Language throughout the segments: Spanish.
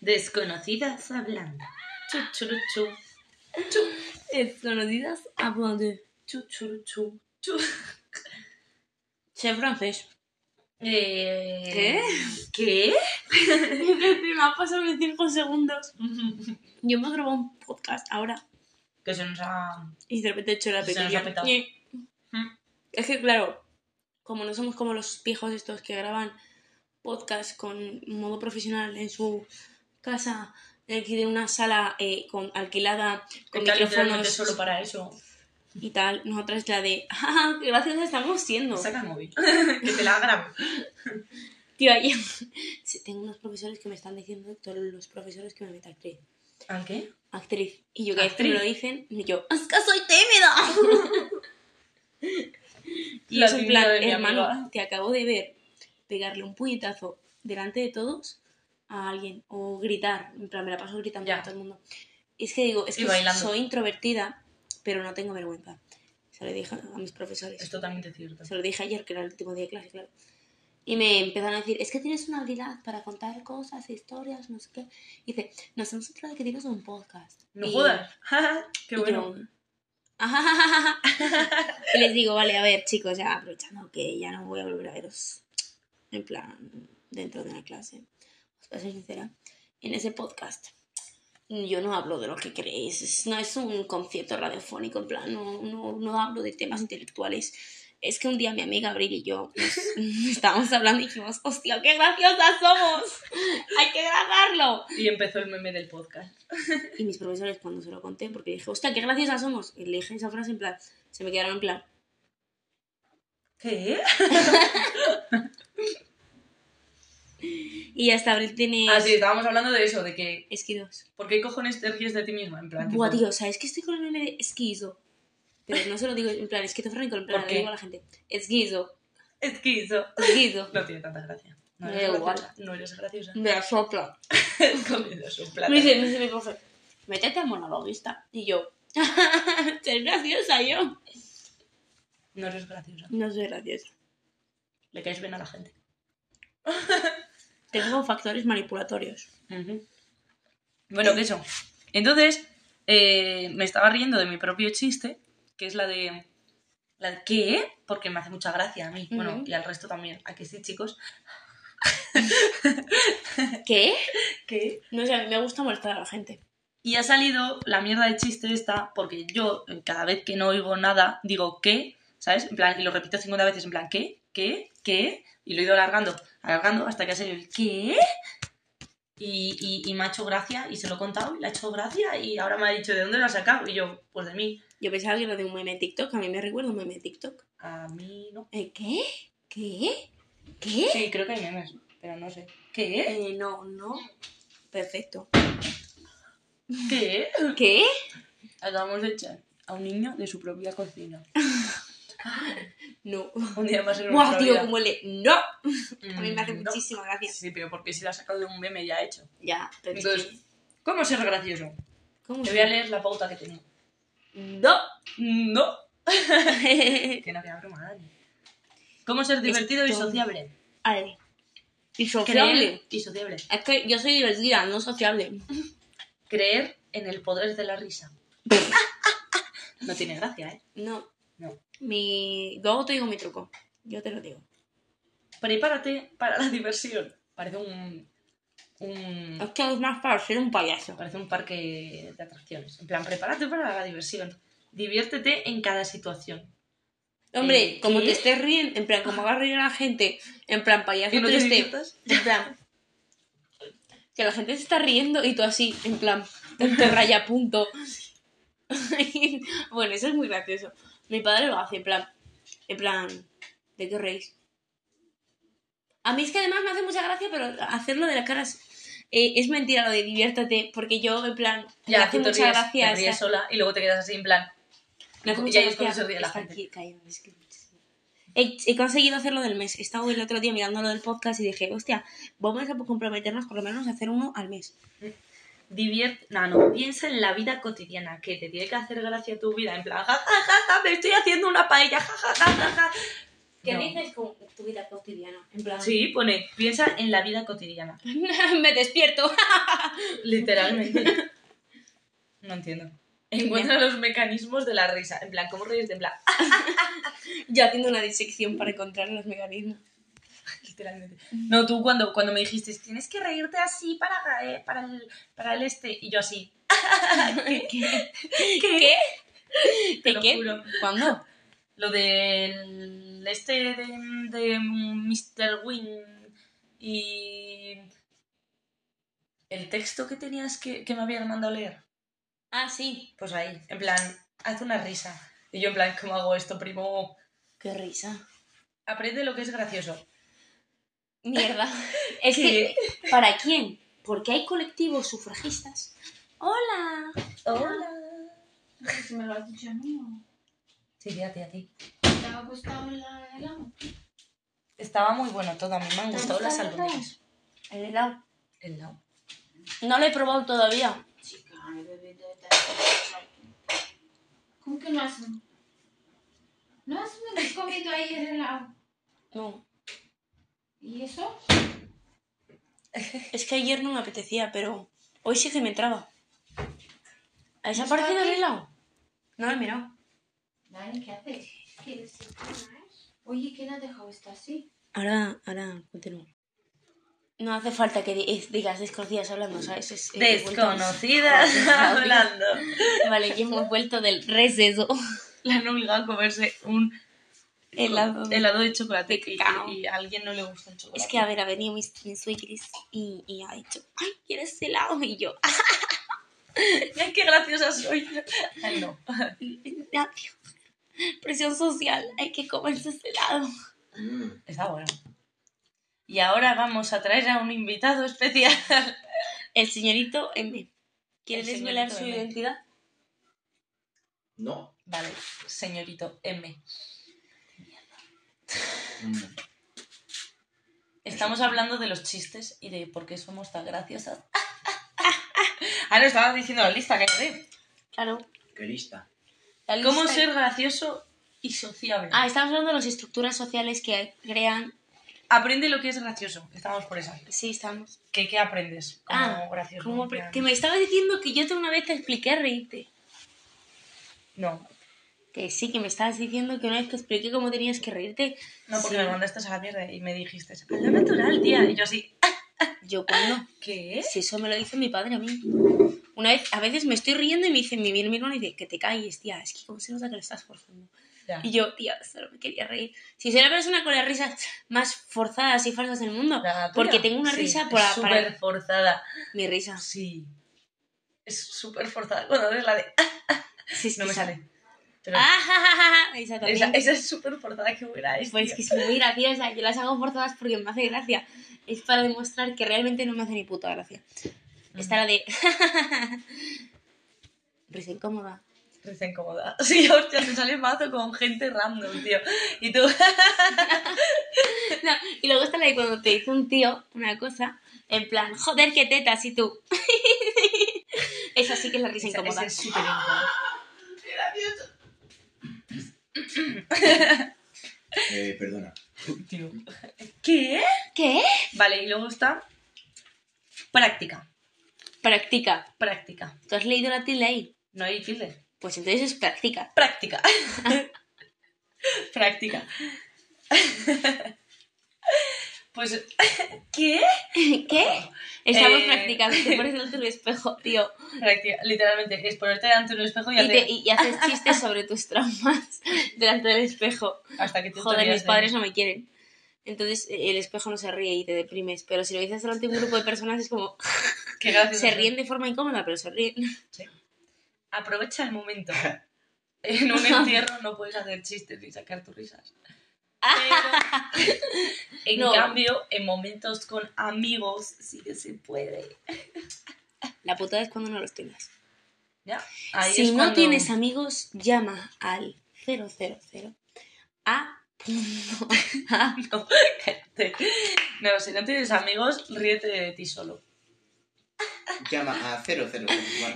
Desconocidas hablando. Chu, churu, chu. Chu, Desconocidas hablando. chu, churu, chu. Chu. Chef francés. Eh, ¿Qué? ¿Qué? me ha pasado en 5 segundos. Yo hemos grabado un podcast ahora Que se nos ha... y de repente he hecho la Se nos pequeña. ha petado. Ñe. Mm. Es que, claro, como no somos como los pijos estos que graban podcast con modo profesional en su casa, en el que tiene una sala eh, con, alquilada con Está literalmente micrófonos solo para eso. y tal, nosotras la de, ¡ah, qué graciosa estamos siendo! Saca el móvil. que te la grabo. Tío, ayer sí, tengo unos profesores que me están diciendo, todos los profesores que me meta actriz. ¿Al qué? Actriz. Y yo cada vez que me lo Actriz. dicen, y yo, ¡es que soy tímida! y La es en tímida plan, de mi hermano, amiga". te acabo de ver pegarle un puñetazo delante de todos a alguien, o gritar, en plan, me la paso gritando Ya. a todo el mundo. Y es que digo, es Y que bailando. soy introvertida, pero no tengo vergüenza. Se lo dije a mis profesores. Es totalmente cierto. Se lo dije ayer, que era el último día de clase, claro. Y me empezaron a decir, es que tienes una habilidad para contar cosas, historias, no sé qué. Y dice, nos hemos enterado de que tienes un podcast. No Y- jodas. qué y yo, bueno. "Ajajajaja". y les digo, vale, a ver, chicos, ya aprovechando que ya no voy a volver a veros. En plan, dentro de una clase. Os voy a ser sincera. En ese podcast, yo no hablo de lo que creéis. es- No es un concierto radiofónico, en plan, no, no, no hablo de temas intelectuales. Es que un día mi amiga Abril y yo nos- estábamos hablando y dijimos, hostia, qué graciosas somos. Hay que grabarlo. Y empezó el meme del podcast. Y mis profesores, cuando se lo conté, porque dije, hostia, qué graciosas somos. Y le dije esa frase en plan, se me quedaron en plan, ¿Qué? y hasta Abril tiene Ah, sí, estábamos hablando de eso, de que... esquidos. ¿Por qué cojones te ríes de ti misma? En plan, tipo, Buah, tío, o sea, es que estoy con el meme de esquizo. Pero no se lo digo en plan esquizofrénico, en plan, ¿Por le qué? digo a la gente, esquizo, Es que hizo... esquizo. No tiene tanta gracia. No Me eres, da graciosa. No eres graciosa. Me la sopla. Comiendo su plata. Me dice, me dice mi profe, métete a monologuista. Y yo, soy graciosa yo. No eres graciosa. No soy graciosa. Le caes bien a la gente. Tengo factores manipulatorios. Bueno, que eso. Entonces, eh, me estaba riendo de mi propio chiste, que es la de... La de qué, porque me hace mucha gracia a mí. Bueno, Ujú. y al resto también. ¿A que sí, chicos? ¿Qué? ¿Qué? No sé, a mí me gusta molestar a la gente. Y ha salido la mierda de chiste esta, porque yo eh, cada vez que no oigo nada digo qué, ¿sabes? En plan, y lo repito 50 veces, en plan, ¿qué? ¿qué? ¿qué? Y lo he ido alargando, alargando hasta que ha salido el ¿qué? Y, y- y me ha hecho gracia, y se lo he contado, y le ha hecho gracia, y ahora me ha dicho, ¿de dónde lo has sacado? Y yo, pues de mí. Yo pensaba que era de un meme TikTok, a mí me recuerda un meme TikTok. A mí no. ¿Eh, ¿Qué? ¿Qué? ¿Qué? Sí, creo que hay memes, pero no sé. ¿Qué? Eh, no, no. Perfecto. ¿Qué? ¿Qué? Acabamos de echar a un niño de su propia cocina. No. Un día más en Buah, nuestra tío, vida. como le. ¡No! A mí me hace Mm, no. muchísima gracia. Sí, pero porque si lo has sacado de un meme ya hecho. Ya, pero es Entonces, que- ¿Cómo ser gracioso? ¿Cómo Te se- voy a leer la pauta que tengo. ¡No! No. Que no, que abro mal. ¿Cómo ser divertido y Esto- sociable? a ver. Y Creer sociable. y sociable. Es que yo soy divertida, no sociable. Creer en el poder de la risa. No tiene gracia, ¿eh? No. No. Mi. Luego te digo mi truco. Yo te lo digo. Prepárate para la diversión. Parece un... un Mm. Es que es más para ser un payaso. parece un parque de atracciones. En plan, prepárate para la diversión. Diviértete en cada situación. Hombre, Eh, como ¿qué? te estés riendo, en plan, como hagas reír a la gente, en plan, payaso ¿Y no te triste, diviertas? en plan, que la gente se está riendo y tú así, en plan, te raya punto. bueno, eso es muy gracioso. Mi padre lo hace, en plan, en plan, ¿de qué os reís? A mí es que además me hace mucha gracia, pero hacerlo de las caras eh, es mentira lo de diviértate, porque yo, en plan, me hace tú te mucha ríes, gracia. te esa- ríes sola y luego te quedas así en plan... me hace y mucha ahí es cuando gracia se ríe la estar gente. aquí, calla, es que- He, he conseguido hacerlo del mes. Estaba el otro día mirando lo del podcast y dije, hostia, vamos a comprometernos por lo menos a hacer uno al mes. divierte, no, no, piensa en la vida cotidiana, que te tiene que hacer gracia tu vida, en plan, ja, ja, ja, ja, me estoy haciendo una paella, ja, ja, ja, ja, ja. ¿Qué No. dices con tu vida cotidiana? En plan, Sí, pone, piensa en la vida cotidiana. me despierto. Literalmente. No entiendo. Encuentra los mecanismos de la risa. En plan, ¿cómo reírte? En plan, ¡ah! Yo haciendo una disección para encontrar los mecanismos. literalmente. No, tú cuando, cuando me dijiste, tienes que reírte así para, eh, para, el, para el este. Y yo así. ¿Qué? ¿Qué? Te ¿De lo qué? juro. ¿Cuándo? Lo del este de, de Mr. Wynn y el texto que tenías que, que me habían mandado leer. Ah, sí. Pues ahí, en plan, haz una risa. Y yo en plan, ¿cómo hago esto, primo? Qué risa. Aprende lo que es gracioso. Mierda. Es ¿Qué? que, ¿para quién? Porque hay colectivos sufragistas. ¡Hola! Hola. Si me lo has dicho a mí o Sí, sí, a ti, a ti. te ha gustado la el agua. Estaba muy bueno todo, a mí me han ¿Te gustado gusta las el albóndigas. El helado. El helado. No lo he probado todavía. Chica, he bebido esta. ¿Cómo que no has? ¿No has comido ayer el agua? No. ¿Y eso? Es que ayer no me apetecía, pero hoy sí que me entraba. ¿Ha desaparecido ¿Está el aquí? helado? No lo he mirado. Dani, ¿qué haces? ¿Quieres ir con más? Oye, ¿quién ha dejado esto así? Ahora, ahora, continúo. No hace falta que di- digas desconocidas hablando, ¿sabes? Es- es- Desconocidas hablando. Vale, ya hemos vuelto del receso. La han obligado a comerse un Helado. helado de chocolate y, Cacao. y a alguien no le gusta el chocolate. Es que, a ver, ha venido mi, mi suegris y, y ha dicho, ay, ¿quieres helado? Y yo, "Ah, Ay, qué graciosa soy. Ay, no. gracias. Presión social, hay que este comerse ese helado. Mm, Está bueno. Y ahora vamos a traer a un invitado especial. El señorito M. ¿Quiere El desvelar su señorito M. identidad? No. Vale, señorito M. Mm, Estamos hablando de los chistes y de por qué somos tan graciosas. Ah, no, estabas diciendo la lista que sé. Claro. Qué lista. La ¿Cómo lista- ser gracioso y sociable? Ah, estamos hablando de las estructuras sociales que crean... Aprende lo que es gracioso. Estamos por esa. Sí, estamos. ¿Qué, qué aprendes como ah, gracioso? como En pre- plan- que me estaba diciendo que yo te una vez te expliqué reírte. No, Que sí, que me estabas diciendo que una vez te expliqué cómo tenías que reírte. no, porque Sí. me mandaste a la mierda y me dijiste, lo natural, tía. Y yo así, "Ah, Yo cuando... ¿qué es? Si eso me lo dice mi padre a mí. Una vez, a veces me estoy riendo y me dice mi, mi, mi hermana dice que te calles, tía, es que cómo se nota que lo estás forzando. Ya. Y yo, tía, solo me quería reír. Si soy la persona con las risas más forzadas y falsas del mundo, La porque tuya. tengo una Sí, risa es para, para- súper forzada. mi risa. Sí. Es súper forzada. Cuando haces la de... Sí, es No que me esa- sale. Pero Ah, ja, ja, ja, ja, esa esa, también. esa es súper forzada que hubiera hecho. Pues es que es muy graciosa, yo las hago forzadas porque me hace gracia. Es para demostrar que realmente no me hace ni puta gracia. Mm. Está la de... Risa incómoda. Risa incómoda. Sí, hostia, te sale mazo con gente random, tío. Y tú... No, y luego está la de cuando te dice un tío una cosa, en plan, joder, qué tetas, y tú. Esa sí que es la risa Esa- esa incómoda. Ah. es súper incómoda. Eh, perdona. Tío. ¿Qué? ¿Qué? Vale, y luego está... Práctica. Practica. Práctica. ¿Tú has leído la tilde ahí? No hay tilde. Pues entonces es practica. Práctica. Práctica. pues... ¿Qué? ¿Qué? Estamos Eh. practicando, te pones delante del espejo, tío, Práctica. Literalmente, es ponerte delante de un espejo y, y, hacer... te- y- y haces chistes sobre tus traumas delante del espejo. Hasta que tú te Joder, rías mis de padres mí. no me quieren. Entonces eh, el espejo no se ríe y te deprimes, pero si lo dices delante de un grupo de personas es como... Qué gracioso. Se ríen de forma incómoda, pero se ríen. Aprovecha el momento. En un entierro no puedes hacer chistes ni sacar tus risas. Pero, en No. cambio, en momentos con amigos sí que se puede. La putada es cuando no los tengas. ¿Ya? Ahí si es no cuando- tienes amigos, llama al 000 a... No, cállate. No, si no tienes amigos, ríete de ti solo. Llama a 000.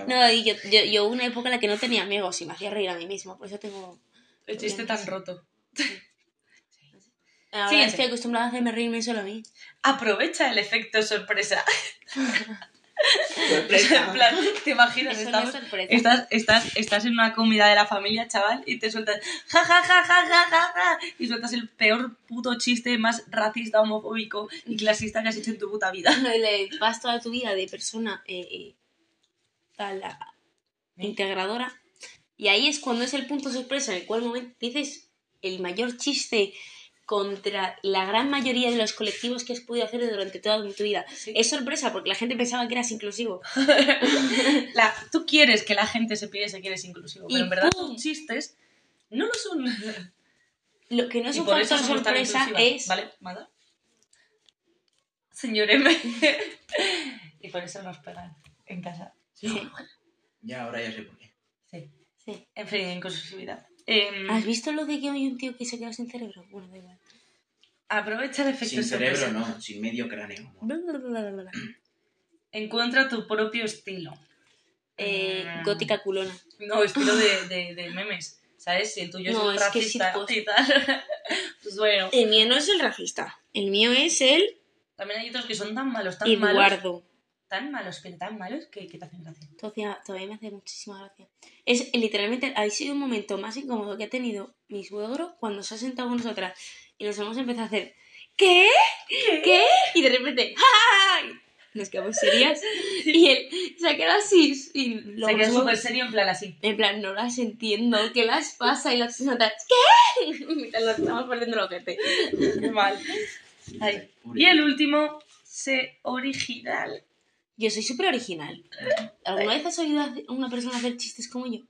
No, y yo, yo, yo hubo una época en la que no tenía amigos y me hacía reír a mí mismo, por eso tengo... El chiste tan roto. Ahora Siguiente. estoy acostumbrada a hacerme reírme solo a mí. Aprovecha el efecto sorpresa. en Sorpresa. plan, ¿te imaginas? Eso Estamos- no es sorpresa. estás, estás, estás en una comida de la familia, chaval, y te sueltas ja, ja, ja, ja, ja, ja, ja, y sueltas el peor puto chiste más racista, homofóbico y clasista que has hecho en tu puta vida. No, y le vas toda tu vida de persona eh, eh, tal, a- integradora. Y ahí es cuando es el punto sorpresa, en el cual momento dices el mayor chiste contra la gran mayoría de los colectivos que has podido hacer durante toda tu vida. Es sorpresa porque la gente pensaba que eras inclusivo. La- tú quieres que la gente se piense que eres inclusivo, pero Y en verdad ¡pum! tus chistes no lo son. Lo que no es Y un por eso factor somos tan sorpresa inclusivas. es... ¿Vale, Mada? Señor M. y por eso nos pegan en casa. Sí, Ya, ahora ya sé por qué. Sí. sí. En fin, inclusividad. Em, ¿Has visto lo de que hay un tío que se quedó sin cerebro? Bueno, da igual. Aprovecha el efecto Sin cerebro sorpresa. no, sin medio cráneo. no. Bla, bla, bla, bla, Mm. bla. Encuentra tu propio estilo. Eh, Mm. gótica culona. No, estilo de, de- de memes. ¿Sabes? Si el tuyo No, es, es un que racista sí, y tal. Pues bueno. El mío no es el racista. El mío es el También hay otros que son tan malos, tan malos. Eduardo. Tan malos, pero tan malos que, que te hacen gracia. Todavía, todavía me hace muchísima gracia. Es eh, literalmente, ha sido un momento más incómodo que ha tenido mi suegro cuando se ha sentado con nosotras y nos hemos empezado a hacer ¿Qué? ¿Qué? Y de repente ¡Ay! Nos quedamos serias y él se ha quedado así y lo Se queda hemos- súper serio en plan así. en plan, no las entiendo, ¿qué las pasa? Y las notas, ¿qué? Mientras las estamos perdiendo la gente. Qué mal. Ay. Y el último, sé original. Yo soy súper original. ¿Alguna vez has oído a una persona hacer chistes como yo?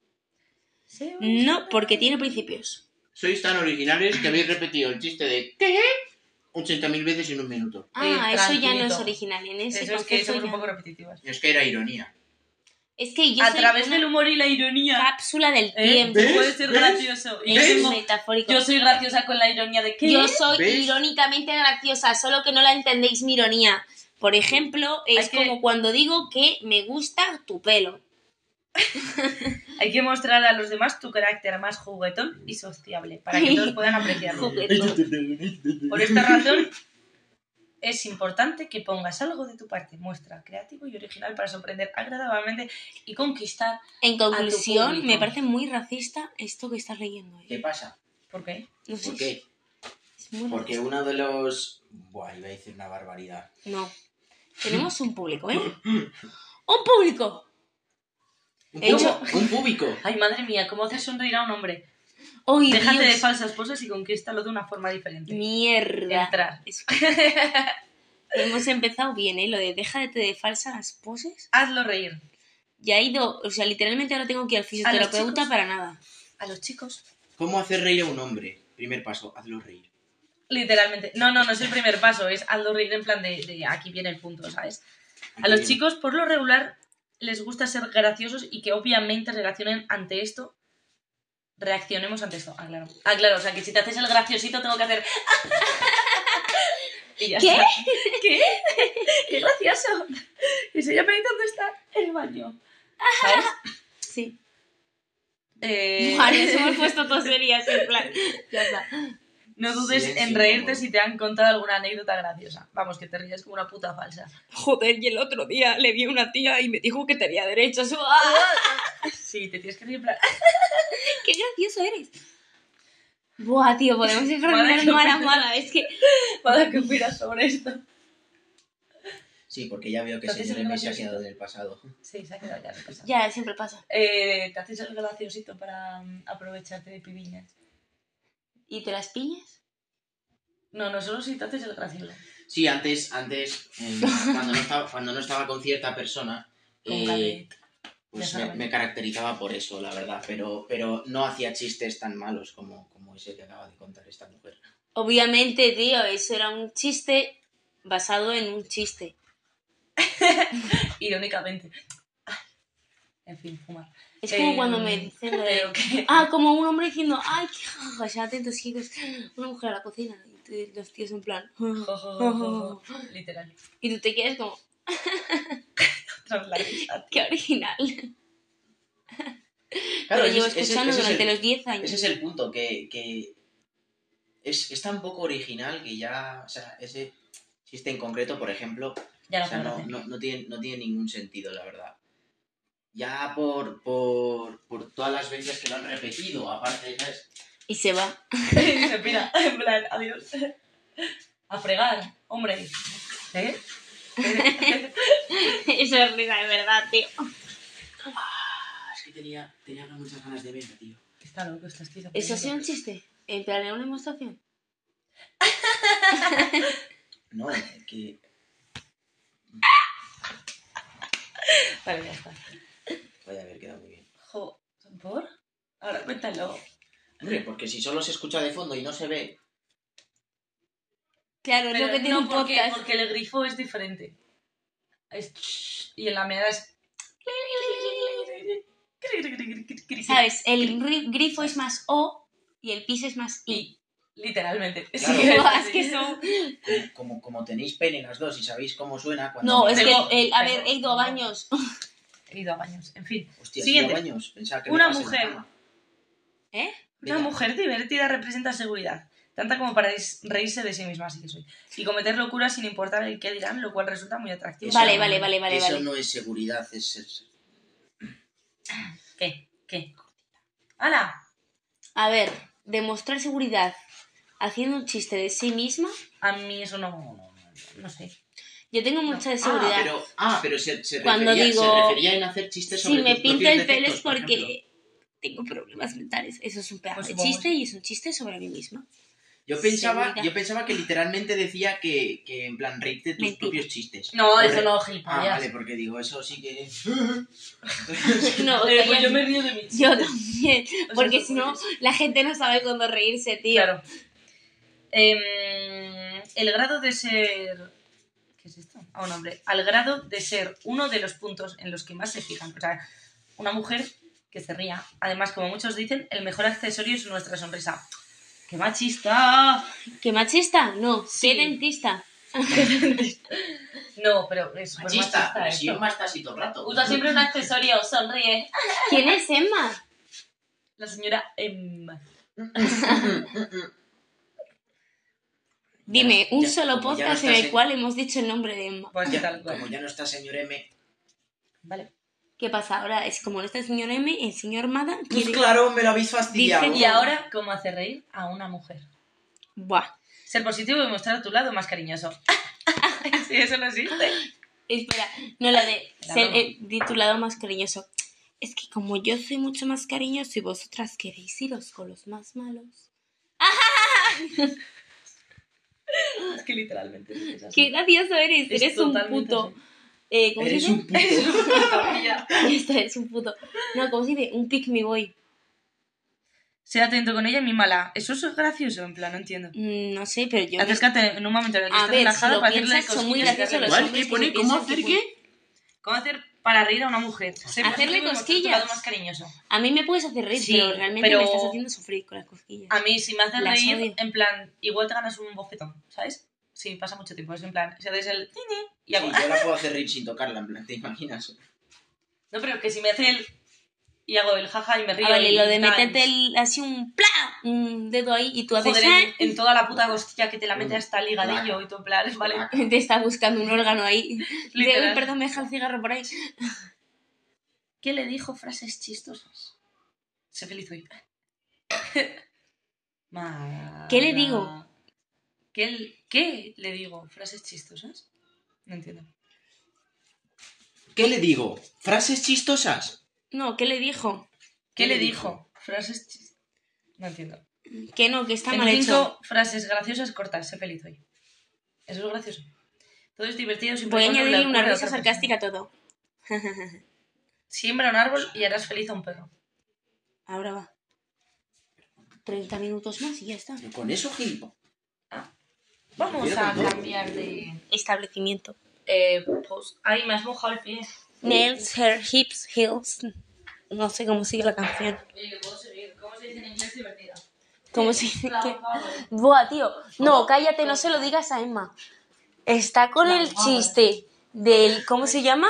Sé No, porque tiene principios. Sois tan originales que habéis repetido el chiste de ¿qué? 80.000 veces en un minuto. Ah, eso ya no es tranquilito. original. En ese Eso es que concepto somos un ya- poco repetitivas. Es que era ironía. Es que yo A soy través una del humor y la ironía. cápsula del ¿eh? tiempo. ¿Ves? Puede ser ¿Ves? gracioso. Y Eso es tengo- metafórico. Yo Yo, soy graciosa con la ironía de que soy ¿Ves? irónicamente graciosa, solo que no la entendéis mi ironía. Por ejemplo, es Hay que- como cuando digo que me gusta tu pelo. hay que mostrar a los demás tu carácter más juguetón y sociable para que todos puedan apreciarlo. Juguetón. Por esta razón es importante que pongas algo de tu parte, muestra creativo y original para sorprender agradablemente y conquistar. En conclusión, público. me parece muy racista esto que estás leyendo. ¿eh? ¿Qué pasa? ¿Por qué? No sé, ¿Por qué? es muy Porque racista. uno de los... Buah, iba a decir una barbaridad. No. Tenemos un público, ¿eh? ¡Un público! Un, He público- un público. Ay, madre mía, ¿cómo hacer sonreír a un hombre? ¡Ay, Déjate de Dios! falsas poses y conquístalo de una forma diferente. ¡Mierda! Entrar. Es- Hemos empezado bien, ¿eh? Lo de déjate de falsas poses. Hazlo reír. Ya he ido, o sea, literalmente ahora tengo que ir al los fisioterapeuta chicos. para nada. A los chicos. ¿Cómo hacer reír a un hombre? Primer paso, hazlo reír. Literalmente. No, no, no es el primer paso, es hazlo reír en plan de, de aquí viene el punto, ¿sabes? A los chicos, por lo regular, les gusta ser graciosos y que obviamente reaccionen ante esto. Reaccionemos ante esto, ah, claro. Ah, claro, o sea, que si te haces el graciosito tengo que hacer... y ya ¿Qué? está. ¿Qué? ¡Qué gracioso! Y se llama dónde está el baño. ¿Sabes? Sí. Eh, Vale, nos hemos puesto todos serias, en plan. Ya está. no dudes Silencio, en por reírte favor. si te han contado alguna anécdota graciosa. Vamos, que te ríes como una puta falsa. Joder, y el otro día le vi a una tía y me dijo que tenía derechos. Sí, te tienes que reír en plan... ¡Qué gracioso eres! Buah, tío, podemos Madre, enfermar qué mala, pena. mala. Es que Madre, ¿qué opinas sobre esto? Sí, porque ya veo que Entonces, señor el M se ha gracioso. quedado del pasado. Sí, se ha quedado ya la cosa. ya siempre pasa. Eh, te haces el graciosito para mm, aprovecharte de pibiñas. ¿Y te las pillas? No, no solo si te haces el gracioso. Sí, antes, antes em, cuando, no estaba, cuando no estaba con cierta persona, Con eh, Cadet. pues Ya me, saben. me caracterizaba por eso, la verdad. Pero, pero no hacía chistes tan malos como, como ese que acaba de contar esta mujer. Obviamente, tío, eso era un chiste basado en un chiste. Irónicamente. Ay. En fin, fumar. Es como Eh, cuando me dicen lo Pero de... que... Ah, como un hombre diciendo, ay, qué jaja, ya atentos chicos, una mujer a la cocina. Y tú- los tíos en plan... "Ah". Jo, jo, jo, jo, jo. Literal. Y tú te quedas como, Tras la risa. qué original. Claro, Lo ese llevo es- ese- escuchando ese es durante el- los 10 años. Ese es el punto, que, que es, es tan poco original que ya, o sea, ese chiste en concreto, por ejemplo, Ya lo o sea, no, conoces. no- no tiene, no tiene ningún sentido, la verdad. Ya por, por, por todas las veces que lo han repetido, aparte, ¿sabes? Y se va. Y se pira. En plan, adiós. A fregar, hombre. ¿Eh? Eso es risa de verdad, tío. Ah, es que tenía, tenía muchas ganas de verla, tío. Está loco, está esquizo. ¿Eso ha sido un chiste? ¿En plan era una demostración? No, es que Vale, ya está. puede haber quedado muy bien. Jo, ¿por? Ahora, cuéntalo. Hombre, porque si solo se escucha de fondo y no se ve, Claro, es lo que tiene no, un ¿por qué? podcast. Porque el grifo es diferente. Es ch- y en la meada es... ¿Sabes? El gri- grifo es más O y el piso es más I. Y, literalmente. Claro. Sí, Buah, es que son... como, como, como tenéis pene las dos y sabéis cómo suena cuando... No, es que Pero- el haber pero- ido a baños. He ido a baños. En fin, Hostia, Siguiente. tío, baños, pensaba que Una me pasé mujer. la cama. ¿Eh? una Venga. mujer divertida representa seguridad. Tanta como para dis- reírse de sí misma, así que soy. Y cometer locuras sin importar el qué dirán, lo cual resulta muy atractivo. Eso Vale, no- vale, vale, vale, Eso vale. no es seguridad, es... es- ¿Qué? ¿Qué? ¡Hala! A ver, demostrar seguridad haciendo un chiste de sí misma. A mí eso no... No, no sé. Yo tengo mucha de Ah, seguridad. pero, ah, pero se, se Cuando refería, digo- se refería en hacer chistes sobre si me tus pinto propios el pelo defectos, es por porque ejemplo. tengo problemas mentales. Eso es un pedazo Pues de supongo chiste y es un chiste sobre mí misma. Yo pensaba, Seguridad. yo pensaba que literalmente decía que, que en plan reírte de tus Mentira. propios chistes. No, Corre- eso no, Ah, gilipollas. vale, porque digo, eso sí que... No, o Eh, sea, pues yo, yo me río de mí. yo también. sea, Porque eso si no, puede la gente no sabe cuándo reírse, tío. Claro. Em, el grado de ser. ¿Qué es esto? Ah, un hombre. Al grado de ser uno de los puntos en los que más se fijan. O sea, una mujer que se ría. Además, como muchos dicen, el mejor accesorio es nuestra sonrisa. ¡Qué machista! ¿Qué machista? No, qué dentista. No, pero es súper Machista, pero si esto. yo más así todo el rato. Usa siempre un accesorio, sonríe. ¿Quién es Emma? La señora Emma. Dime, un Ya, solo como ya podcast no en el estás cual hemos dicho el nombre de Emma. Pues Ya, tal cual. como ya no está señor M, Vale. ¿Qué pasa ahora? Es como no está el señor M, el señor Mada pues quiere... claro, me lo habéis fastidiado. Dice- Y ahora, ¿cómo hacer reír a una mujer? Buah. Ser positivo y mostrar tu lado más cariñoso. sí, eso no existe. Espera, no la de La ser broma. eh, di tu lado más cariñoso. Es que como yo soy mucho más cariñoso y vosotras queréis iros con los más malos. Es que literalmente. es así. Qué gracioso eres, Es eres un totalmente puto. así. Eh, ¿Cómo Eres se dice? un puto. Este es un puto. No, ¿cómo se dice? Un pick me boy. Sé atento con ella y mímala. Eso es gracioso, en plan, no entiendo. Mm, No sé, pero yo. Acércate en un momento en el que A estés ver, si relajada lo para hacerle piensas, son muy cosquillas y graciosos hacerle- los ¿Cuál? hombres que se ¿Cómo piensan hacer que qué? ¿Cómo hacer para reír a una mujer? Sé Hacerle positivo y mostrar tu cosquillas. lado más cariñoso. A mí me puedes hacer reír, Sí, pero realmente pero- me estás haciendo sufrir con las cosquillas. A mí, si me haces Las reír, odio. en plan, igual te ganas un bofetón, ¿sabes? Sí, pasa mucho tiempo. Es en plan, si haces el... tini y hago... "Ah". Sí, yo la puedo hacer reír sin tocarla, en plan, ¿te imaginas? No, pero que si me hace el... Y hago el jaja y me río. Ah, vale, y lo de tal. meterte el- así un pla, un dedo ahí y tú haces. Joder, "Ah", en, en toda la puta costilla que te la mete hasta el ligadillo Claro. y tú en plan, Ah, ¿vale? Te está buscando un órgano ahí. De, Literal. "Uy, perdón, me deja el cigarro por ahí. ¿Qué le dijo frases chistosas? Sé feliz hoy. Ma- ¿Qué le digo? ¿Qué, l- qué le digo? ¿Frases chistosas? No entiendo. ¿Qué le digo? ¿Frases chistosas? No, ¿qué le dijo? ¿Qué, le dijo? Frases chistosas. No entiendo. Que no, que está En mal hecho. cinco frases graciosas cortas. Sé feliz hoy. Eso es gracioso. Todo es divertido. Siempre Voy a cuando le añadirle ocurra una a risa otra sarcástica a todo. persona. Siembra un árbol y harás feliz a un perro. Ahora va. 30 minutos más y ya está. Pero con eso, Gil. Vamos Quiero a con todo. cambiar de... Establecimiento. Eh, pues... Ay, me has mojado el pie. Nails, hair, hips, heels. No sé cómo sigue la canción. Eh, puedo seguir. ¿Cómo se dice en inglés divertida? ¿Cómo se dice? que- Buah, tío. No, cállate, no se lo digas a Emma. Está con el chiste del. ¿Cómo se llama?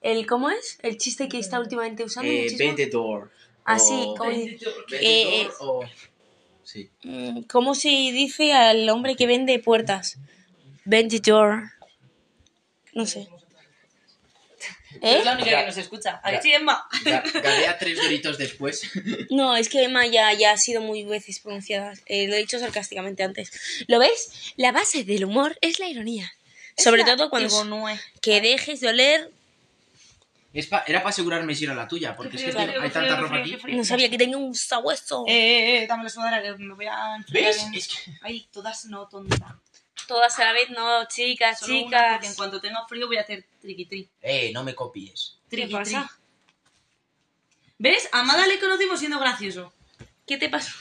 El, ¿Cómo es? El chiste que está últimamente usando. Eh, muchísimo. Vente Door. Así, o- como. Vente Ah, eh, Door o... Sí. Mm, ¿Cómo se dice al hombre que vende puertas? Benji Door. No sé. ¿Eh? Es la única que nos escucha. ¿A que sí, Emma? Ga- Gadea tres doritos después. No, es que Emma ya, ya ha sido muy veces pronunciada. Eh, lo he dicho sarcásticamente antes. ¿Lo ves? La base del humor es la ironía. Sobre todo cuando... Que dejes de oler... Es pa- era para asegurarme si era la tuya, porque es que Claro. tengo- hay tanta ropa aquí. No sabía que tenía un sabueso. Eh, eh, dame la sudadera que me voy a enfriar ¿Ves? en- Es que... Ay, todas no, tonta. Todas a la vez, no, chicas, Solo una, porque en chicas. cuanto tenga frío voy a hacer triqui-tri. Eh, no me copies. ¿Qué Triqui-tri. pasa? ¿Ves? A Amada le conocimos siendo gracioso. ¿Qué te pasó?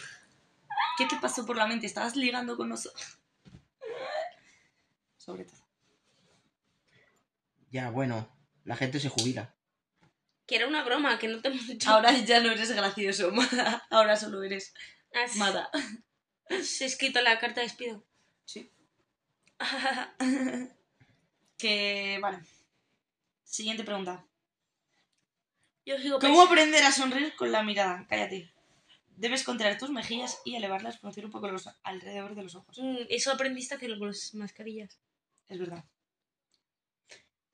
¿Qué te pasó por la mente? ¿Estabas ligando con nosotros? Sobre todo. Ya, bueno. La gente se jubila. Que era una broma, que no te hemos dicho. Ahora ya no eres gracioso, Mada. Ahora solo eres Has, Mada. has Ah, escrito la carta de despido. Sí. Que, vale. Siguiente pregunta. Yo sigo ¿Cómo pensando- aprender a sonreír con la mirada? Cállate. Debes contraer tus mejillas y elevarlas, pronunciar un poco los alrededor de los ojos. Mm, Eso aprendiste a hacerlo con las mascarillas. Es verdad.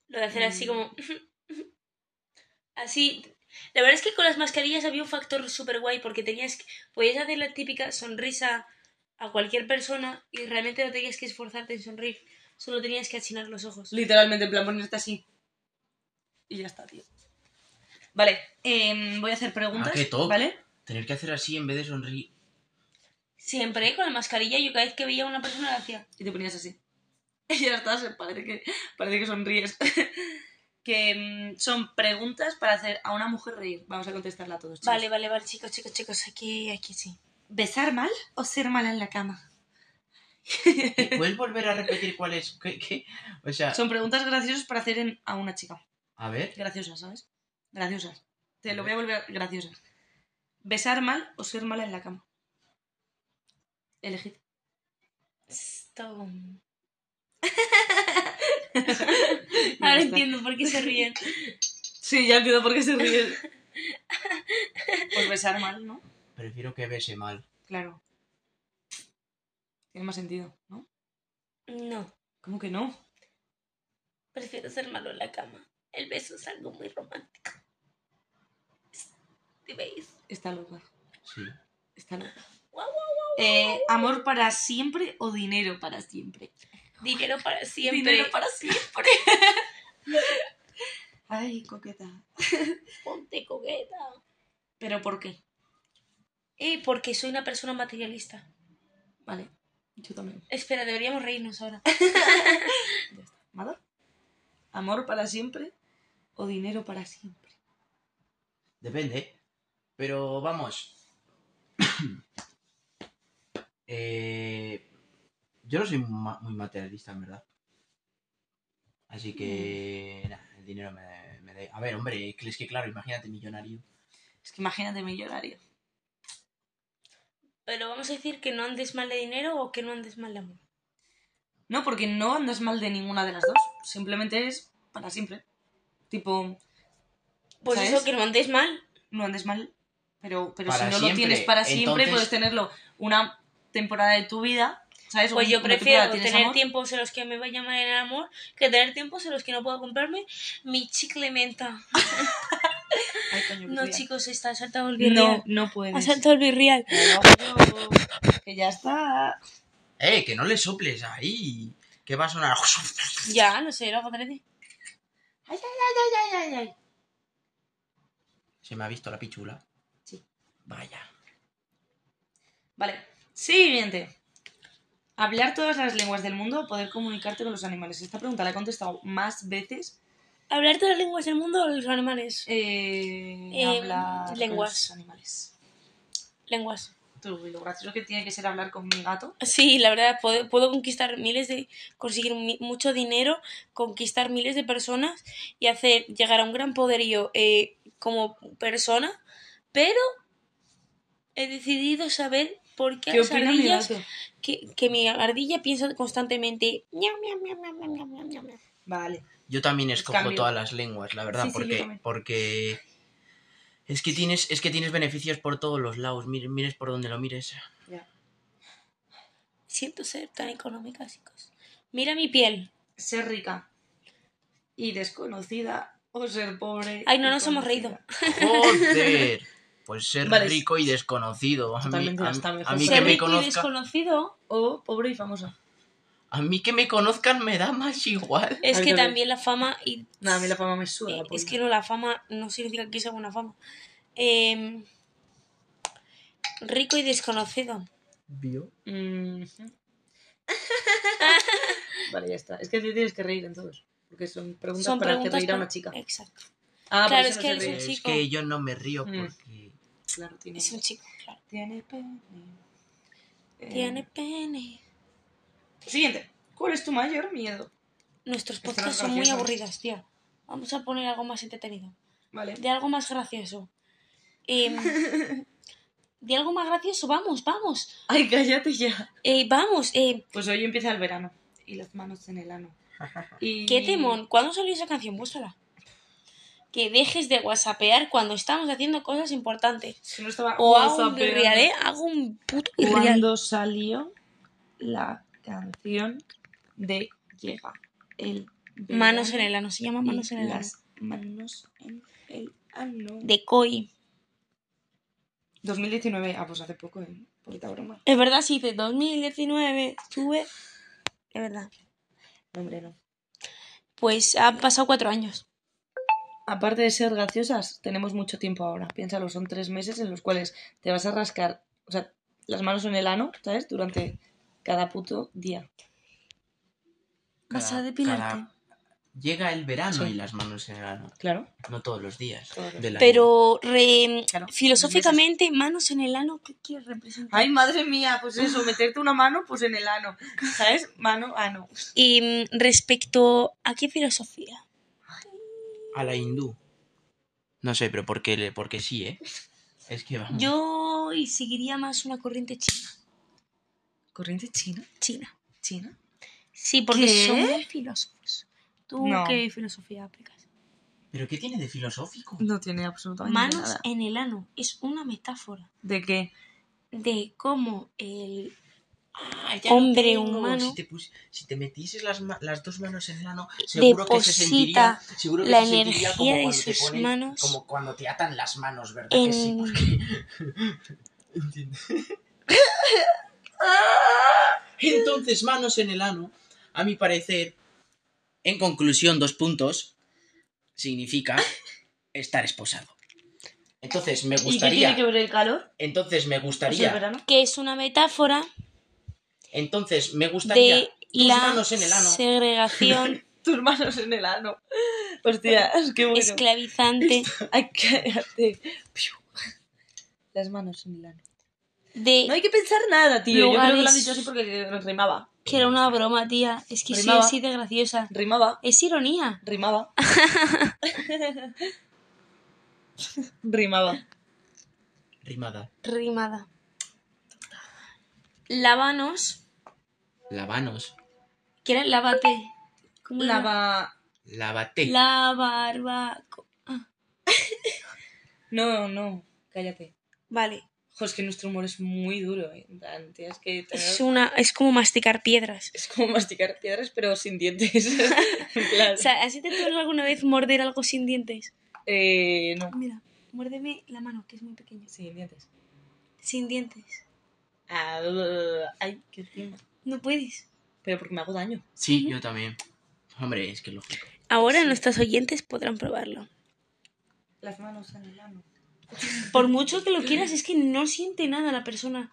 Lo de hacer así Mm. como... así... La verdad es que con las mascarillas había un factor súper guay porque tenías que... Podías hacer la típica sonrisa a cualquier persona y realmente no tenías que esforzarte en sonreír. Solo tenías que achinar los ojos. Literalmente, en plan, ponerte así. Y ya está, tío. Vale, em, voy a hacer preguntas. Ah, qué top. ¿Vale? Tener que hacer así en vez de sonreír. Siempre ¿eh? con la mascarilla yo cada vez que veía a una persona la hacía. Y te ponías así. Y ya estás, parece que, parece que sonríes. que em, son preguntas para hacer a una mujer reír. Vamos a contestarla a todos. chicos. Vale, vale, vale, chicos, chicos, chicos, aquí, aquí sí. ¿Besar mal o ser mala en la cama? ¿Puedes volver a repetir cuál es? ¿Qué, qué? O sea, Son preguntas graciosas para hacer en- a una chica. a ver. Graciosas, ¿sabes? Graciosas. Te lo voy a volver graciosas. ¿Besar mal o ser mala en la cama? Elegid. Esto... Ya Ahora está. entiendo por qué se ríen. Sí, ya entiendo por qué se ríe. pues besar mal, ¿no? Prefiero que bese mal. Claro. Tiene más sentido, ¿no? No, ¿Cómo que no? prefiero ser malo en la cama. El beso es algo muy romántico. ¿Sí veis? Está loca. Sí. Está loca. Eh, ¿Amor para siempre o dinero para siempre? Dinero para siempre. Dinero para siempre. Ay, coqueta. Ponte coqueta. ¿Pero por qué? Eh, porque soy una persona materialista. Vale, yo también. Espera, deberíamos reírnos ahora. ¿Amor? ¿Amor para siempre o dinero para siempre? Depende. Pero vamos. Eh, yo no soy ma- muy materialista, en verdad. Así que. Mm. nah, el dinero me, me da. A ver, hombre, es que claro, imagínate millonario. Es que imagínate millonario. Pero vamos a decir que no andes mal de dinero o que no andes mal de amor. No, porque no andas mal de ninguna de las dos. Simplemente es para siempre. Tipo, Pues ¿Sabes? eso, que no andes mal. no andes mal, pero, pero si Para no lo siempre, tienes para siempre, entonces- puedes tenerlo una temporada de tu vida, ¿sabes? Pues Un- yo una prefiero temporada tienes tener amor. tiempos en los que me vaya mal en el amor que tener tiempos en los que no puedo comprarme mi chicle menta. Ay, coño, No, tía. chicos, está saltado el no, birrial. no puedes. ha saltado el birrial. Pero, pero, que ya está. ¡Eh! Que no le soples ahí. Que va a sonar. Ya, no sé, lo hago adrede. Se me ha visto la pichula. Sí. Vaya. Vale, siguiente. Hablar todas las lenguas del mundo o poder comunicarte con los animales. Esta pregunta la he contestado más veces. Hablar todas las lenguas del mundo o los animales. Eh, Eh, hablar con lenguas. los animales. Lenguas. Tú, y lo gracioso que tiene que ser hablar con mi gato. Sí, la verdad, puedo, puedo conquistar miles de... conseguir mi- mucho dinero, conquistar miles de personas y hacer llegar a un gran poderío eh, como persona, pero he decidido saber por qué, las ardillas... Que, que mi ardilla piensa constantemente... "Miau, miau, miau, miau, miau, miau, miau, miau". Vale. Yo también escojo cambio. todas las lenguas, la verdad, Sí, sí, yo porque, también. porque es que tienes, es que tienes beneficios por todos los lados, mires, mires por donde lo mires. Ya. siento ser tan económica, chicos. Mira mi piel. Ser rica y desconocida o ser pobre. Ay, no y nos hemos conocida. reído. Joder. Pues ser Vale, rico y desconocido. A mí, Totalmente, a- hasta mejor a mí Y que ser me rico y conozcan. desconocido. O pobre y famosa. A mí que me conozcan me da más igual. Es Ay, que yo no. también la fama y Nada, a mí la fama me suda. la Eh, es polla. que no, la fama no significa que sea buena fama. Em, rico y desconocido. Mhm. vale, ya está. Es que te tienes que reír entonces. Porque son preguntas Son para preguntas hacer reír a pa- una chica. Exacto. Ah, por Claro, eso pues es no que se él es ríe. un Es chico. que yo no me río Mm. porque. Claro, tiene, Es un chico, claro. tiene pene. Eh, Tiene pene. Siguiente. ¿Cuál es tu mayor miedo? Nuestros Están podcasts son muy graciosos. aburridos, tío. Vamos a poner algo más entretenido. Vale. De algo más gracioso. Em, de algo más gracioso, vamos, vamos. Ay, cállate ya. Eh, vamos, eh, Pues hoy empieza el verano. Y las manos en el ano. Y... qué temón. ¿Cuándo salió esa canción? Búscala. Que dejes de whatsappear cuando estamos haciendo cosas importantes. Si no estaba O hago un whatsappeando. real, ¿eh? Hago un puto real. Cuando salió la canción de Llega el verano Manos en el ano, se llama y manos en el ano. las manos en el ano. De Koi. 2019, ah, pues hace poco, ¿eh? Poquita broma. Es verdad, sí, dice 2019, tuve. Es verdad. No, hombre, no. Pues han pasado cuatro años. Aparte de ser graciosas, tenemos mucho tiempo ahora. Piénsalo, son tres meses en los cuales te vas a rascar, o sea, las manos en el ano, ¿sabes? Durante cada puto día. Vas Cada- a depilarte. cada- Llega el verano Sí. y las manos en el ano. Claro. No todos los días. Todos los del año. Pero re- Claro, filosóficamente, manos en el ano, ¿qué quieres representar? Ay, madre mía, pues eso, meterte una mano, pues en el ano. ¿Sabes? Mano, ano. Y mm, respecto a qué filosofía. A la hindú. No sé, pero porque, le- porque sí, ¿eh? Es que vamos. Yo y seguiría más una corriente china. ¿Corriente china? China. ¿China? Sí, porque ¿Qué? son muy filósofos. ¿Tú No. qué filosofía aplicas? ¿Pero qué tiene de filosófico? No tiene absolutamente Manos nada. en el ano. Es una metáfora. ¿De qué? de cómo el Ah, ya lo Hombre tengo. humano. humano. Si te, pus- si te metieses las, ma- las dos manos en el ano, seguro deposita que se sentiría, seguro que la se sentiría como energía de cuando te sus ponen- manos Como cuando te atan las manos, ¿verdad? Que sí, en... porque... Entiendo. Entonces, manos en el ano, a mi parecer, en conclusión, dos puntos, significa estar esposado. Entonces, me ¿Y qué tiene que gustaría... ver el calor? Entonces, me ¿O sea, el gustaría... verano? que es una metáfora Entonces, me gustaría... de tus la manos en el ano. segregación Tus manos en el ano. Hostia, es que bueno. esclavizante Ay, cállate. Piu. Las manos en el ano. No de hay que pensar nada, tío. Yo creo que lo Lugares. han dicho así porque rimaba. que era una broma tía es que sí Rimaba. así de graciosa Rimaba. es ironía Rimaba. rimaba. Rimada. rimada lavanos Lavanos. que era lávate ¿Cómo era? Lava. Lávate. la barbaco No, no. Cállate. vale Jo, es que nuestro humor es muy duro, eh. En plan, tienes que tener- es una es como masticar piedras Es como masticar piedras, pero sin dientes. o claro. sea ¿has intentado alguna vez morder algo sin dientes Eh, no. Mira, muérdeme la mano, que es muy pequeña. Sin dientes. Sin dientes. Ah, uh, ay, qué tiempo. No puedes. Pero porque me hago daño. Sí, yo también. Hombre, es que es lógico. Ahora nuestros oyentes podrán probarlo. Las manos en el ano. Por mucho que lo quieras, es que no siente nada la persona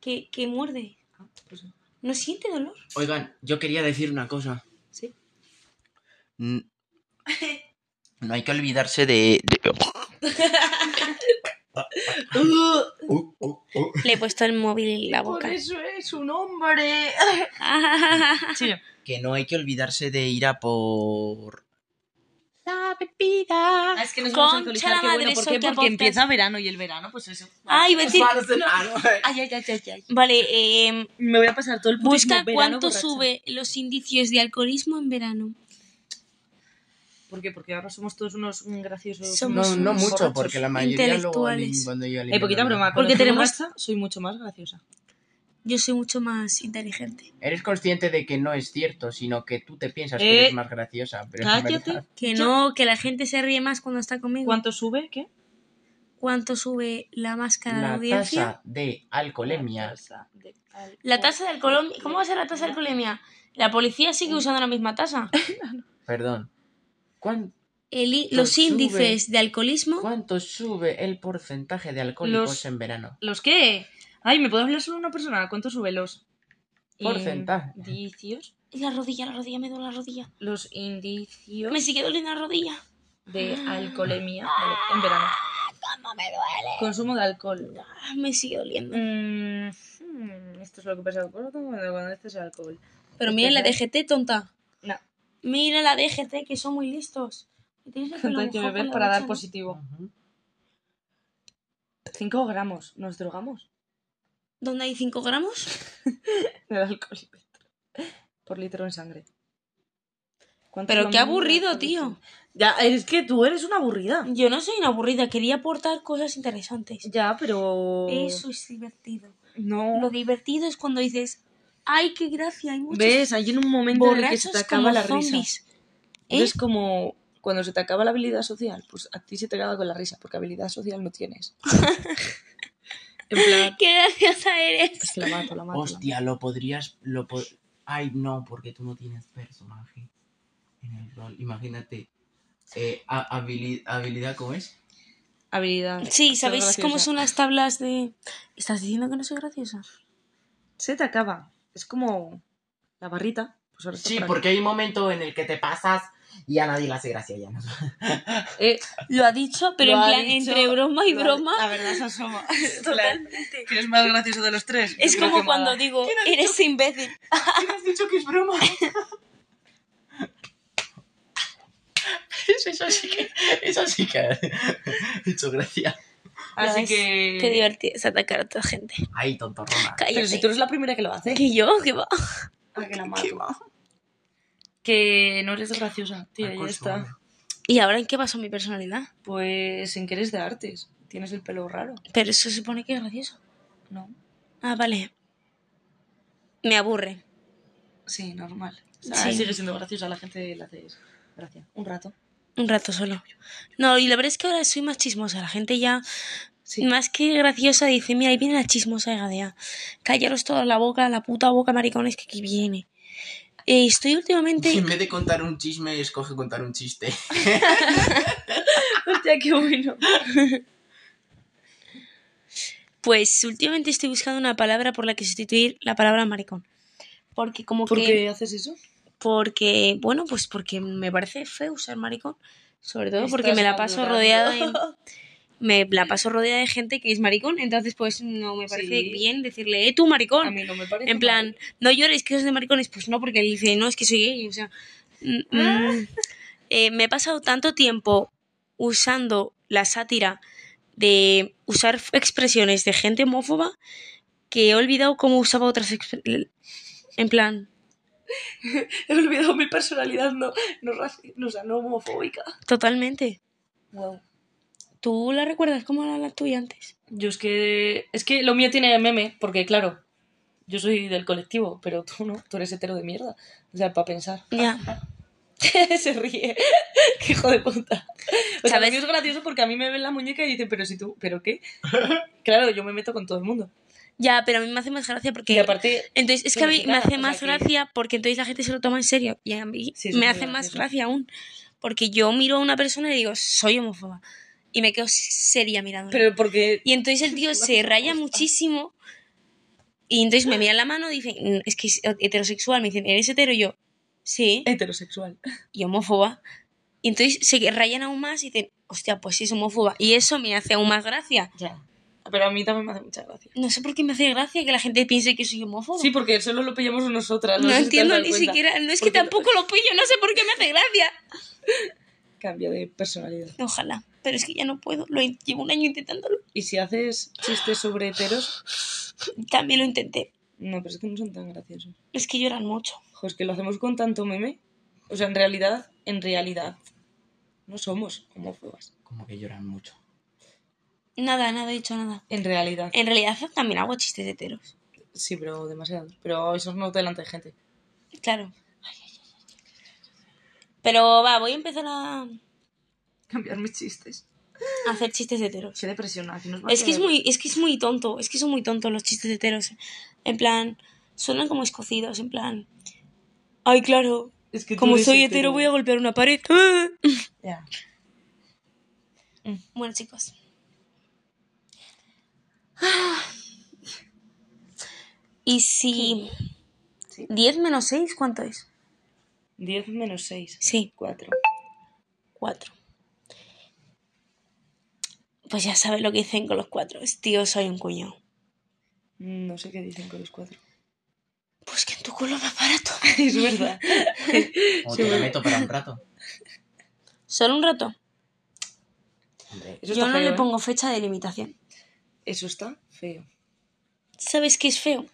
que, que muerde. Ah, pues no. No siente dolor. Oigan, yo quería decir una cosa. Sí. Mm. No hay que olvidarse de... de- Uh, uh, uh. Le he puesto el móvil en la boca. eso es un hombre. Sí. Que no hay que olvidarse de ir a por... Ah, es que nos vamos a Concha actualizar. la Qué bueno, madre, ¿por eso qué? que Porque aportas. empieza verano y el verano, pues eso. Ay, iba a decir. Ay, ay, ay, ay, ay. Vale, eh, Me voy a pasar todo el putísimo busca Pues verano cuánto borracha. sube los indicios de alcoholismo en verano. ¿Por qué? Porque ahora somos todos unos mm, graciosos. Somos No, no unos mucho, borrachos. porque la mayoría luego al in- Intelectuales. cuando yo Eh, poquita broma. Porque Porque tenemos. tenemos- soy mucho más graciosa. Yo soy mucho más inteligente. Eres consciente de que no es cierto, sino que tú te piensas Eh, que eres más graciosa. Pero en cállate. verdad- Que no, que la gente se ríe más cuando está conmigo. ¿Cuánto sube? ¿Qué? ¿Cuánto sube la máscara de La audiencia? tasa de alcoholemia. La tasa de alcoholemia. ¿Cómo va a ser la tasa de alcoholemia? La policía sigue usando la misma tasa. Perdón. ¿Cuán- El i- Lo los sube. índices de alcoholismo. ¿Cuánto sube el porcentaje de alcohólicos Los- en verano? ¿Los qué? Ay, ¿me puedo hablar solo una persona? ¿Cuánto sube los Porcentaje. indicios? La rodilla, la rodilla, me duele la rodilla. Los indicios Me sigue doliendo la rodilla. de alcoholemia en verano. ¿Cómo me duele? Consumo de alcohol. Ah, Me sigue doliendo. Mm, hmm, esto es lo que pasa cuando, cuando este es alcohol. Pero mira la DGT, tonta. No. Mira la DGT, que son muy listos. Tienes el pelo Hay que mojado beber por la para dar ducha, ¿no? positivo. 5 gramos. Nos drogamos. ¿Dónde hay 5 gramos? Del alcohol y petro. por litro en sangre. ¿Cuánto es Pero la qué medida aburrido, por litro? tío. Ya, es que tú eres una aburrida. Yo no soy una aburrida, quería aportar cosas interesantes. Ya, pero. Eso es divertido. No. Lo divertido es cuando dices, ay, qué gracia, hay muchos ¿Ves? Hay un momento en el que se borrachos te acaba como la risa. zombies. ¿Eh? Es como cuando se te acaba la habilidad social. Pues a ti se te acaba con la risa, porque habilidad social no tienes. en plan. ¡Qué graciosa eres! Es que la mato, la mato. la Hostia, lo podrías. Lo po- Ay, no, porque tú no tienes personaje en el rol. Imagínate. Eh, ha- habili- habilidad, ¿cómo es? mato. Habilidad. Sí, Soy ¿sabéis cómo graciosa. son las tablas de...? ¿Estás diciendo que no soy graciosa? Se te acaba. Es como la barrita. Pues ahora está Sí, por aquí. porque hay un momento en el que te pasas y a nadie le hace gracia ya. ¿no? Eh, Lo ha dicho, pero Lo en ha plan, dicho, entre broma y lo ha- broma, La verdad se asoma. Totalmente. ¿Quién es más gracioso de los tres? es como cuando digo, eres imbécil. ¿Quién has dicho que es broma? eso sí que. Eso sí que. Dicho gracia. Así ¿Ves? que. Qué divertido es atacar a otra gente. Ay, tontorrona. Mm. Pero Cállate. si tú eres la primera que lo hace. ¿Que yo? ¿Qué va? Ah, que la mato. Que no eres graciosa, tía, ya Acoso, está. ¿Y ahora en qué basó mi personalidad? Pues en que eres de artes. Tienes el pelo raro, Pero eso se supone que es gracioso. ¿no? Ah, vale. Me aburre. Sí, normal. O sea, Sí. Sigue siendo graciosa, la gente la hace gracia. Un rato. Un rato solo. No, y la verdad es que ahora soy más chismosa. La gente ya, Sí. más que graciosa, dice, mira, ahí viene la chismosa de Gadea. Callaros toda la boca, la puta boca, maricones, que aquí viene. Eh, estoy últimamente... En vez de contar un chisme, escoge contar un chiste. Hostia, qué bueno. Pues últimamente estoy buscando una palabra por la que sustituir la palabra maricón. Porque como ¿Por que... qué haces eso? Porque, bueno, pues porque me parece feo usar maricón. Sobre todo porque Estás me la paso madurando. rodeada de. Me la paso rodeada de gente que es maricón. Entonces, pues no me parece Sí. bien decirle, eh, tú maricón. A mí no me parece. en plan, mal. no llores, que eres de maricones. Pues no, porque él dice, no, es que soy gay. O sea, mm, mm, eh, me he pasado tanto tiempo usando la sátira de usar f- expresiones de gente homófoba que he olvidado cómo usaba otras expresiones. En plan, He olvidado mi personalidad no, no, raci- no, o sea, no homofóbica. totalmente. Wow. ¿Tú la recuerdas como era la tuya antes? Yo es que. Es que lo mío tiene meme, porque claro, yo soy del colectivo, pero tú no, tú eres hetero de mierda. O sea, para pensar. Ya. Se ríe. qué hijo de puta. O sea, ¿Sabes? lo mío es gracioso porque a mí me ven la muñeca y dicen, pero si tú, ¿pero qué? claro, yo me meto con todo el mundo. Ya, pero a mí me hace más gracia porque... Y aparte, Entonces, es que a mí me mexicana, hace o más sea que- gracia porque entonces la gente se lo toma en serio. Y a mí Sí, eso me es muy hace más gracioso. gracia aún. Porque yo miro a una persona y digo, soy homófoba. Y me quedo seria mirando. pero porque. Y entonces el tío se raya muchísimo. Y entonces me mira la mano y dice, "Mm, es que es heterosexual. Me dicen, ¿eres hetero? Y yo, sí. heterosexual. y homófoba. Y entonces se rayan aún más y dicen, hostia, pues sí es homófoba. Y eso me hace aún más gracia. Ya. Pero a mí también me hace mucha gracia. No sé por qué me hace gracia que la gente piense que soy homófoba. Sí, porque solo lo pillamos nosotras. Oh. sé si no te has entiendo dado ni cuenta. siquiera, no es que Porque- tampoco lo pillo, no sé por qué me hace gracia. Cambio de personalidad. Ojalá, pero es que ya no puedo, lo in- llevo un año intentándolo. Y si haces chistes sobre heteros, También lo intenté, no, pero es que no son tan graciosos. es que lloran mucho. Ojo, es que lo hacemos con tanto meme. O sea, en realidad, en realidad, no somos homófobas. Como que lloran mucho. Nada, nada he dicho nada. En realidad. En realidad también hago chistes heteros. Sí, pero demasiados. Pero eso no delante de gente. Claro. Pero va, voy a empezar a Cambiar mis chistes. a hacer chistes heteros. Qué depresión. aquí nos va a Es que es caer. muy, es que es muy tonto, es que son muy tontos los chistes heteros. En plan, suenan como escocidos, en plan. Ay, claro, Es que tú como eres soy hetero voy a golpear una pared. ¡Ah! Ya. Bueno, chicos. Ah. Y si. 10 menos 6, ¿cuánto es? 10 menos 6. Sí, 4. 4. Pues ya sabes lo que dicen con los cuatro. Es, Tío, soy un cuñado. Mm, No sé qué dicen con los 4. Pues que en tu culo más barato. es verdad. O te la meto para un rato. Solo un rato. Hombre, Eso Yo está no feo. le ¿eh? pongo fecha de limitación. Eso está feo. ¿Sabes qué es feo?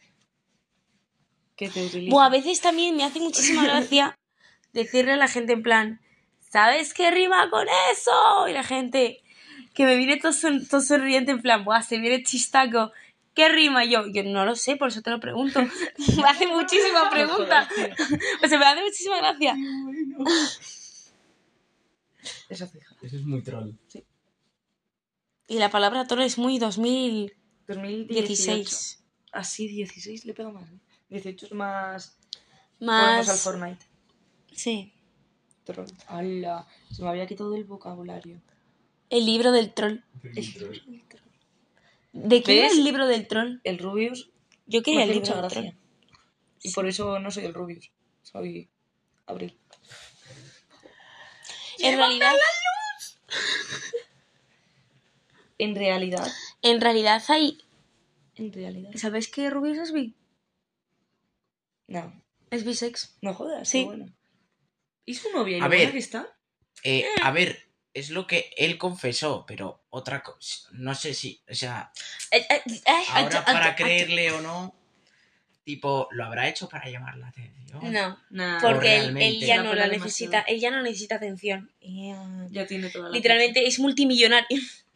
Que te utilizan. Buah, a veces también me hace muchísima gracia decirle a la gente en plan, ¿sabes qué rima con eso? Y la gente que me viene todo, son- todo sonriente en plan, buah, se viene chistaco. ¿Qué rima Y yo? Yo no lo sé, por eso te lo pregunto. me hace muchísima pregunta. o sea, me hace muchísima gracia. Eso fija. Eso es muy troll. Y la palabra toro es muy 2016. 2016. Así 16 le pega más. ¿eh? 18 es más. Jugamos al Más... Fortnite. Sí. Troll. ¡Hala! Se me había quitado el vocabulario. El libro del troll. ¿De quién ¿Ves? era el libro del troll? El Rubius Yo me quería el hace libro mucha del troll. gracia. Y por eso no soy el Rubius. Soy Abril. En realidad... En realidad. En realidad hay... En realidad. ¿Sabes qué Rubius es bi? No. Es bisex. No jodas. Sí. Sí. Bueno. ¿Y su novia? ¿Y A lo buena ver. que está? Eh, a ver, es lo que él confesó, pero otra cosa. No sé si, o sea, Eh, ahora para creerle o no, tipo, ¿lo habrá hecho para llamar la atención? No, Nah. Por- porque él, realmente. él ya no la Demasiado. necesita, él ya no necesita atención. Ya. Ya tiene toda la. Literalmente es multimillonario.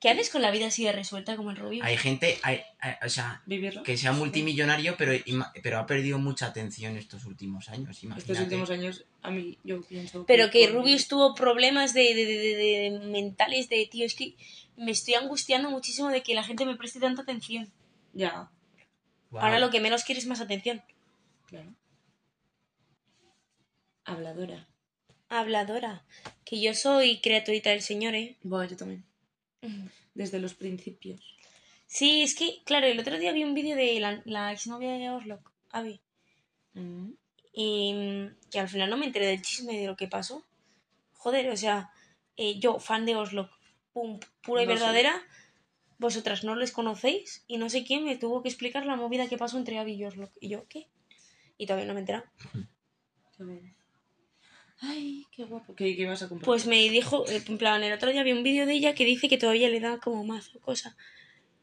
¿Qué haces con la vida así de resuelta como el Rubius? Hay gente, hay- hay- o sea, Vivirlo. que sea multimillonario, pero, ima- pero ha perdido mucha atención estos últimos años, imagínate. Estos últimos años, a mí, yo pienso. Pero que por- Rubius tuvo problemas de, de- de- de- de mentales de tío, es que me estoy angustiando muchísimo de que la gente me preste tanta atención. Ya, Guau. Ahora lo que menos quiero es más atención. claro. Habladora. Habladora, que yo soy criaturita del señor, ¿eh? Bueno, yo también. Desde los principios. Sí, es que, claro, el otro día vi un vídeo de la, la exnovia de Orlok, Abby, y mm, que al final no me enteré del chisme de lo que pasó. Joder, o sea, eh, yo, fan de Orlok, pum, pura y No sé. verdadera, vosotras no les conocéis y no sé quién me tuvo que explicar la movida que pasó entre Abby y Orlok. Y yo, ¿qué? Y todavía no me he enterado. Qué bueno. Ay, qué guapo. ¿Qué, qué vas a comprar? Pues me dijo, eh, en plan, el otro día vi un vídeo de ella que dice que todavía le da como mazo cosa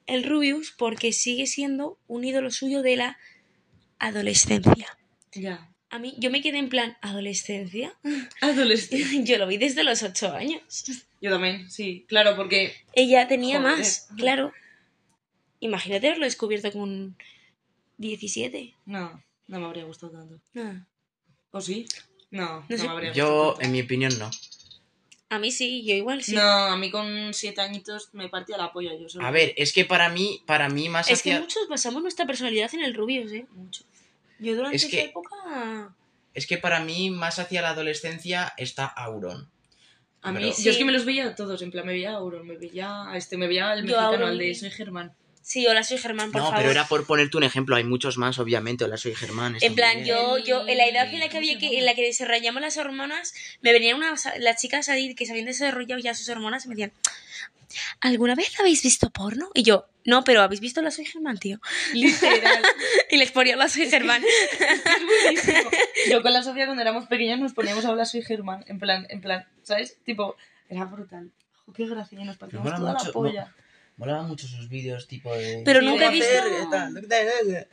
el Rubius porque sigue siendo un ídolo suyo de la adolescencia. Ya. A mí, yo me quedé en plan, ¿adolescencia? Adolescente. Yo lo vi desde los ocho años. Yo también, sí. Claro, porque. Ella tenía Joder. más, claro. Imagínate haberlo descubierto con 17. No, no me habría gustado tanto. Ah, ¿O sí? No, no, sé. me habría gustado Yo, tanto. en mi opinión, no. A mí sí, yo igual sí. No, a mí con siete añitos me partía la polla yo solo. A ver, es que para mí, para mí más es que hacia... muchos basamos nuestra personalidad en el Rubius, ¿eh? Mucho. Yo durante Es esa que- época... Es que para mí, más hacia la adolescencia, está Auron. A mí, Pero- yo es Sí. que me los veía a todos, en plan, me veía a Auron, me veía a este, me veía al Yo mexicano, Auron al vi. de soy Germán. Sí, hola, soy Germán, por no, favor. pero era por ponerte un ejemplo. Hay muchos más, obviamente. Hola, soy Germán. está En muy plan, bien. yo, yo, en la edad en la que ¿Cómo había se que, llama? en la que desarrollamos las hormonas, me venían unas, las chicas a decir que se habían desarrollado ya sus hormonas y me decían, ¿alguna vez habéis visto porno? Y yo, no, pero habéis visto la soy Germán, tío. Literal. Y les ponía la soy Germán. Yo con la Sofía cuando éramos pequeñas nos poníamos a hablar soy Germán, en plan, en plan, ¿sabes? Tipo, era brutal. Jo, qué gracia, nos partíamos mola toda la mucho, polla. Molaban mucho sus vídeos, tipo de... Pero Sí, nunca he voy a visto. ¿Eh?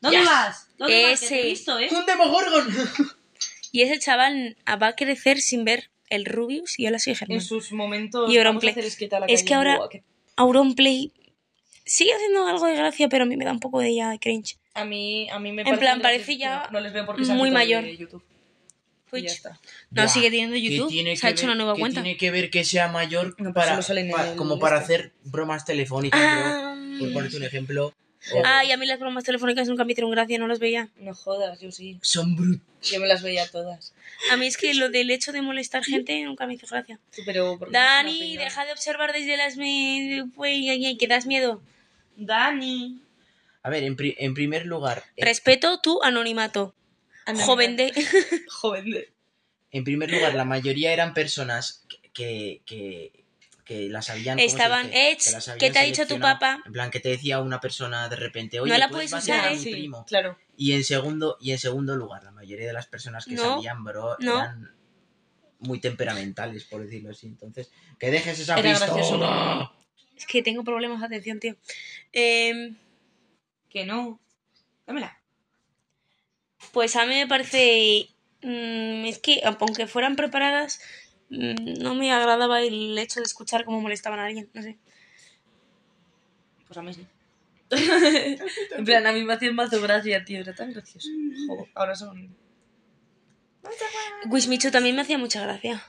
¿Dónde Ya. vas? ¿Dónde vas? Que te Ese. he visto, ¿eh? ¡Un demogorgon! Y ese chaval ah, va a crecer sin ver el Rubius y yo la soy Germán. En sus momentos Y ahora en vamos a play. hacer esqueta a la Es calle. que ahora- Buah, qué- Auron Play sigue haciendo algo de gracia, pero a mí me da un poco de ya cringe. A mí, a mí me En plan, que parece les- ya no les veo porque se han muy quitado mayor. de YouTube. Y Twitch. ya está. No, Buah, sigue teniendo ¿qué YouTube. tiene Se que ha hecho ver- una nueva qué cuenta. tiene que ver que sea mayor No, pues para, solo sale en pa- el- como para este. hacer bromas telefónicas? bro? Ah, Por ponerte un ejemplo. o- ay, a mí las bromas telefónicas nunca me hicieron gracia, no las veía. No jodas, yo sí. Son brut. Yo me las veía todas. A mí es que lo del hecho de molestar gente nunca me hizo gracia. Sí, Pero porque es Dani, una pena. deja de observar desde las... Me... Uy, ay, ay, que das miedo. Dani. A ver, en, pri- en primer lugar, eh, Respeto tu anonimato. Anonimato. Joven de... Joven de... en primer lugar, la mayoría eran personas que, que, que las habían. ¿cómo se Estaban, dice? "Ech, las ¿qué te ha habían dicho tu seleccionado". papá? En plan, que te decía una persona de repente, oye, la tú puedes vas a usar, ser ¿eh? mi Sí, primo. Claro. Y en segundo, y en segundo lugar, la mayoría de las personas que No, salían, bro, no. eran muy temperamentales, por decirlo así. Entonces, que dejes esa Era pistola. gracioso. Es que tengo problemas de atención, tío. Em, Que no. Dámela. pues a mí me parece... mm, es que aunque fueran preparadas, mm, no me agradaba el hecho de escuchar cómo molestaban a alguien. No sé. Pues a mí sí. en plan, a mí me hacían mazo gracia, tío. Era tan gracioso. Jo, ahora son... Wismichu también me hacía mucha gracia.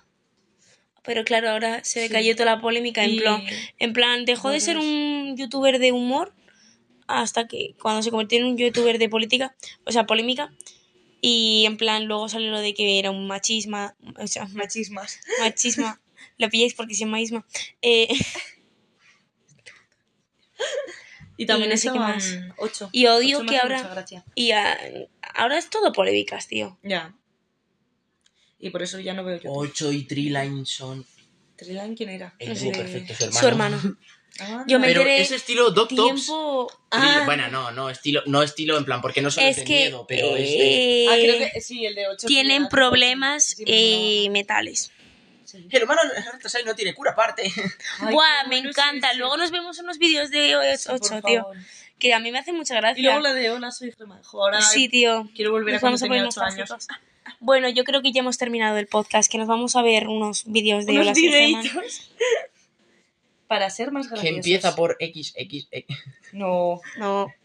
Pero claro, ahora se decayó toda la polémica en Y- plan. En plan, dejó de ser un youtuber de humor hasta que cuando se convirtió en un youtuber de política, o sea, polémica. Y en plan, luego salió lo de que era un machisma, o sea, Machismas. machisma. Lo pilláis porque se llama Isma. Eh, Y también no sé qué estaban más. Ocho. Y odio Ocho me que hace ahora- mucha gracia. y ah, ahora es todo polémicas, tío. Ya. Y por eso ya no veo yo. Ocho y Treeline son ¿Trilan quién era? el No dúo sé. perfecto, su hermano. Su hermano. Ah, Yo me Pero enteré es estilo Doc Tops. tiempo. Thrill- Ah, Bueno, no, no estilo, no estilo en plan, porque no solo es es, de que. miedo, pero es de... eh, Ah, creo que sí, el de ocho. tienen Trilan. problemas Sí, eh, metales. El humano de las ratas ahí no tiene cura aparte. Ay, Buah, qué me bueno es encanta. ese. Luego nos vemos unos vídeos de 8, Por tío. favor. Que a mí me hace mucha Y gracia. luego la de hola, soy Gemma. Jo, ahora Sí, tío. quiero volver a Nos cuando vamos a tenía poner 8 nostálgicos. años. Bueno, yo creo que ya hemos terminado el podcast, que nos vamos a ver unos vídeos de Unos Hola, soy Gemma. videitos. Para ser más graciosos. Que empieza por XX. No. No,